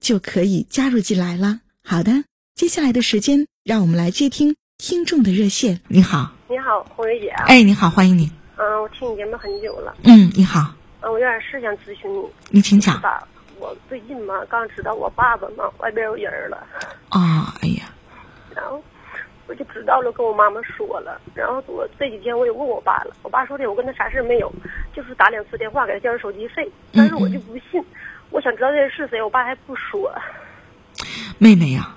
就可以加入进来了。好的，接下来的时间，让我们来接听听众的热线。你好，你好，红瑞姐啊。哎，你好，欢迎你。嗯、我听你节目很久了。嗯，你好，嗯、我有点事想咨询你。你请讲。吧，我最近嘛，刚知道我爸爸嘛外边有人儿了，啊、哎呀，然后我就知道了，跟我妈妈说了。然后我这几天我也问我爸了，我爸说的我跟他啥事儿没有，就是打两次电话给他交点手机费，但是我就不信。我想知道这人是谁，我爸还不说。妹妹呀、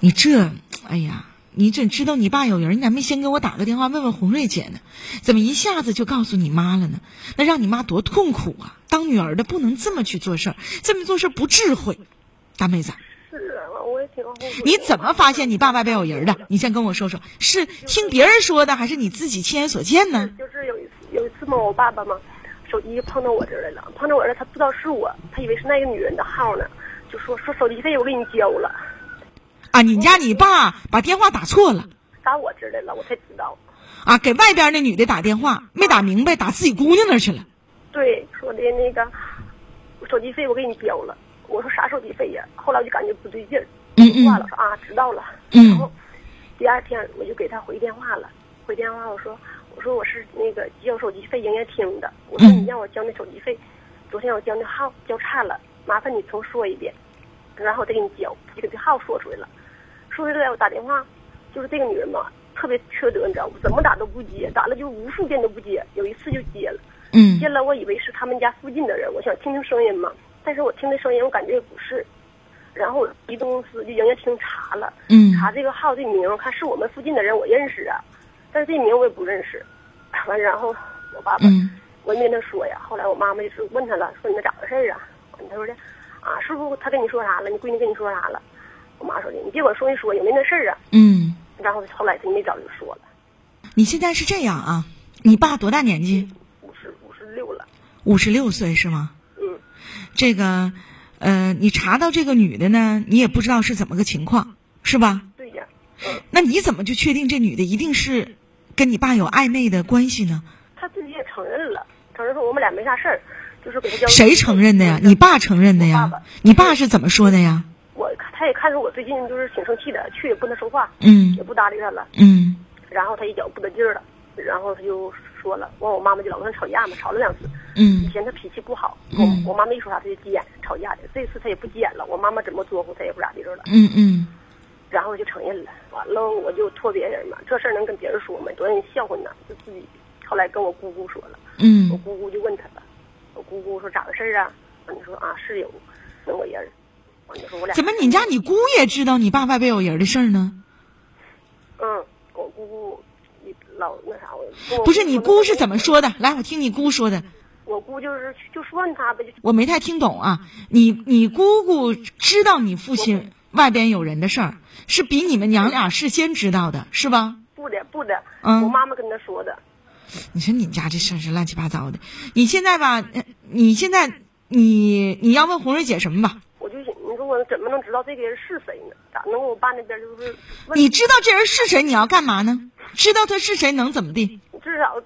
你这，哎呀，你这知道你爸有人，你咋没先给我打个电话问问红瑞姐呢？怎么一下子就告诉你妈了呢？那让你妈多痛苦啊！当女儿的不能这么去做事儿，这么做事儿不智慧。大妹子，是啊，我也挺后悔。你怎么发现你爸外边有人的？你先跟我说说，是听别人说的，还是你自己亲眼所见呢？就是有一次有一次嘛，我爸爸嘛，手机碰到我这儿来了，碰到我这儿他不知道是我，他以为是那个女人的号呢，就说说手机费我给你交了，啊，你家你爸把电话打错了打我这儿来了，我才知道。啊，给外边那女的打电话没打明白，打自己姑娘那儿去了。对，说的那个手机费我给你交了。我说啥手机费呀？后来我就感觉不对劲儿，嗯嗯挂了，说啊知道了。嗯然后第二天我就给他回电话了，回电话我说我说我是那个交手机费营业厅的，我说嗯你让我交那手机费，昨天我交那号交差了，麻烦你重说一遍，然后我再给你交。就给这号说出来了，说出来我打电话，就是这个女人嘛，特别缺德，你知道吗？怎么打都不接，打了就无数遍都不接，有一次就接了。嗯接了，我以为是他们家附近的人，我想听听声音嘛。但是我听这声音，我感觉也不是。然后我移动公司就营业厅查了，嗯查这个号这名，看是我们附近的人，我认识啊，但是这名我也不认识。完，然后我爸爸，嗯我也没跟他说呀。后来我妈妈就是问他了，说你那咋回事儿啊？完他说的，啊，是不是他跟你说啥了？你闺女跟你说啥了？我妈说的，你别管说没说，有没那事儿啊？嗯，然后后来他没早就说了，你现在是这样啊？你爸多大年纪？五十五十六了，五十六岁是吗？嗯，这个，呃，你查到这个女的呢，你也不知道是怎么个情况，是吧？对呀，那你怎么就确定这女的一定是跟你爸有暧昧的关系呢？他自己也承认了，承认说我们俩没啥事儿，就是给他交。谁承认的呀？你爸承认的呀我爸爸？你爸是怎么说的呀？我他也看出我最近就是挺生气的，去也不跟他说话，嗯也不搭理他了。嗯然后他一脚不得劲儿了，然后他就说了，完我妈妈就老跟他吵架嘛，吵了两次。以嗯前他脾气不好，嗯我我妈没说啥，他就急眼吵架去。这次他也不急眼了，我妈妈怎么作乎他也不咋地了，嗯嗯然后就承认了。完了我就托别人嘛，这事儿能跟别人说吗？多让人笑话呢，就自己。后来跟我姑姑说了。我嗯姑姑就问他了，我姑姑说咋回事儿啊？完就说啊是有那个人儿，完就说我俩怎么你家你姑也知道你爸外边有人的事儿呢？嗯，我姑姑一老那啥我不是你姑是怎么？我说的？来，我听你姑说的，我姑就是就说他呗，就我没太听懂啊。你你姑姑知道你父亲外边有人的事儿，是比你们娘俩事先知道的，是吧？不的不的，嗯我妈妈跟他说的，你说你家这事儿是乱七八糟的。你现在吧，呃你现在你你要问红瑞姐什么吧？我就想你说我怎么能知道这个人是谁呢？咋能跟我爸那边就是问你知道这人是谁，你要干嘛呢？知道他是谁能怎么地？至少。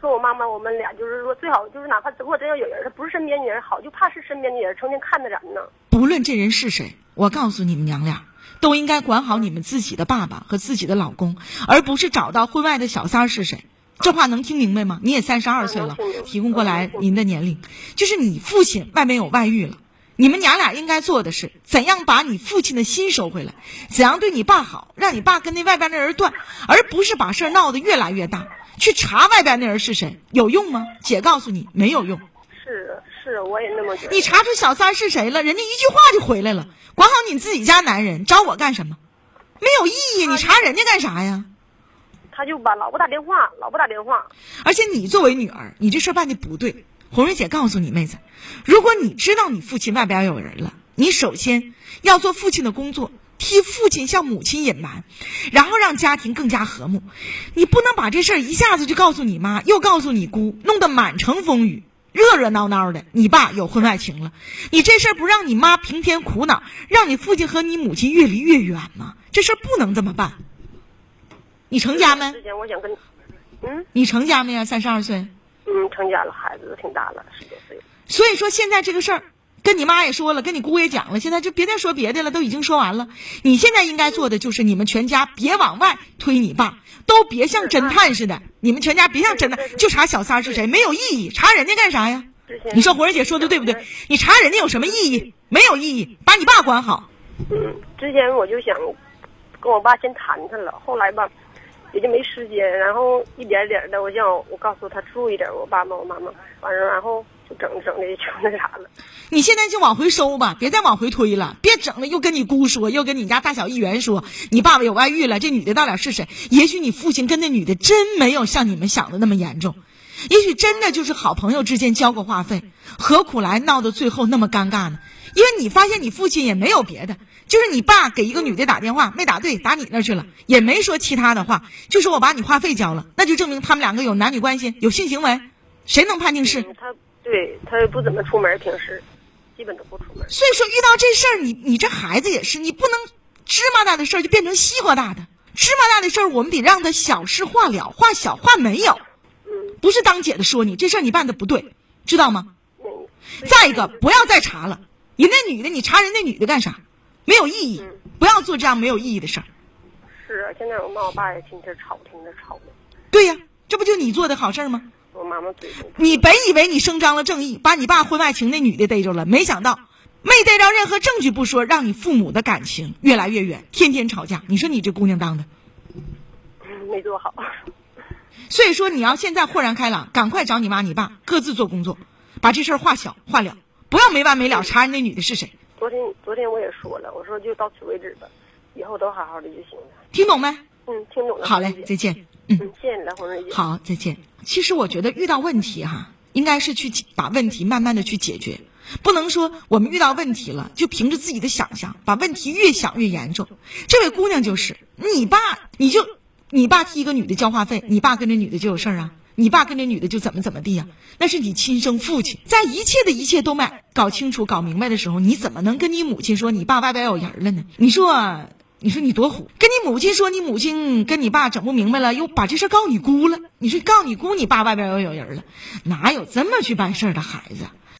跟我妈妈，我们俩就是说，最好就是哪怕如果真要有人，他不是身边的人好，就怕是身边的人，成天看着咱呢。不论这人是谁，我告诉你们娘俩，都应该管好你们自己的爸爸和自己的老公，而不是找到婚外的小三儿是谁。这话能听明白吗？你也三十二岁了嗯能听明白，提供过来您的年龄，就是你父亲外面有外遇了，你们娘俩应该做的是怎样把你父亲的心收回来，怎样对你爸好，让你爸跟那外边那人断，而不是把事儿闹得越来越大。去查外边那人是谁有用吗？姐告诉你，没有用。是是，我也那么觉得。你查出小三是谁了，人家一句话就回来了。管好你自己家男人，找我干什么？没有意义，你查人家干啥呀？他就吧，老不打电话，老不打电话。而且你作为女儿，你这事儿办的不对。红瑞姐告诉你妹子，如果你知道你父亲外边有人了，你首先要做父亲的工作，替父亲向母亲隐瞒，然后让家庭更加和睦。你不能把这事儿一下子就告诉你妈，又告诉你姑，弄得满城风雨，热热闹闹的。你爸有婚外情了，你这事儿不让你妈平添苦恼，让你父亲和你母亲越离越远吗？这事儿不能这么办。你成家没？之前我想跟，嗯你成家没呀？三十二岁。嗯，成家了，孩子都挺大了，十多岁了。所以说现在这个事儿，跟你妈也说了，跟你姑也讲了，现在就别再说别的了，都已经说完了。你现在应该做的就是你们全家别往外推你爸，都别像侦探似的，你们全家别像侦探，就查小三儿是谁，没有意义，查人家干啥呀？之前你说红儿姐说的对不对？你查人家有什么意义？没有意义，把你爸管好。嗯，之前我就想跟我爸先谈谈了，后来吧也就没时间，然后一点点的，我想我告诉他注意点，我爸妈我妈妈，完了然后就整整的就那啥了。你现在就往回收吧，别再往回推了，别整了，又跟你姑说，又跟你家大小议员说，你爸爸有外遇了，这女的到底是谁？也许你父亲跟那女的真没有像你们想的那么严重，也许真的就是好朋友之间交个话费，何苦来闹到最后那么尴尬呢？因为你发现你父亲也没有别的，就是你爸给一个女的打电话没打对，打你那儿去了，也没说其他的话，就说我把你话费交了，那就证明他们两个有男女关系，有性行为，谁能判定是？嗯，他对他也不怎么出门，平时基本都不出门。所以说，遇到这事儿，你你这孩子也是，你不能芝麻大的事儿就变成西瓜大的。芝麻大的事儿，我们得让他小事化了，化小化没有，不是当姐的说你这事儿你办的不对，知道吗？嗯，再一个，不要再查了，人那女的，你查人那女的干啥？没有意义，不要做这样没有意义的事儿。是啊现在我妈我爸也天天吵，天天吵的，对呀，这不就你做的好事儿吗？我妈妈嘴上你本以为你伸张了正义，把你爸婚外情那女的逮着了，没想到没逮着任何证据不说，让你父母的感情越来越远，天天吵架。你说你这姑娘当的，没做好。 所以说你要现在豁然开朗，赶快找你妈你爸各自做工作，把这事儿化小化了，不要没完没了查人那女的是谁，昨天昨天我也说了，我说就到此为止吧，以后都好好的就行了。听懂没？嗯，听懂了。好嘞谢，谢再见。嗯，谢谢你了，红瑞姐。好，再见。其实我觉得遇到问题哈、应该是去解把问题慢慢的去解决，不能说我们遇到问题了就凭着自己的想象，把问题越想越严重。这位姑娘就是，你爸你就你爸替一个女的交话费，你爸跟这女的就有事儿啊。你爸跟这女的就怎么怎么地呀、那是你亲生父亲，在一切的一切都没搞清楚、搞明白的时候，你怎么能跟你母亲说你爸外边有人了呢？你说你说你多虎，跟你母亲说，你母亲跟你爸整不明白了，又把这事儿告你姑了。你说告你姑，你爸外边又有人了，哪有这么去办事儿的孩子？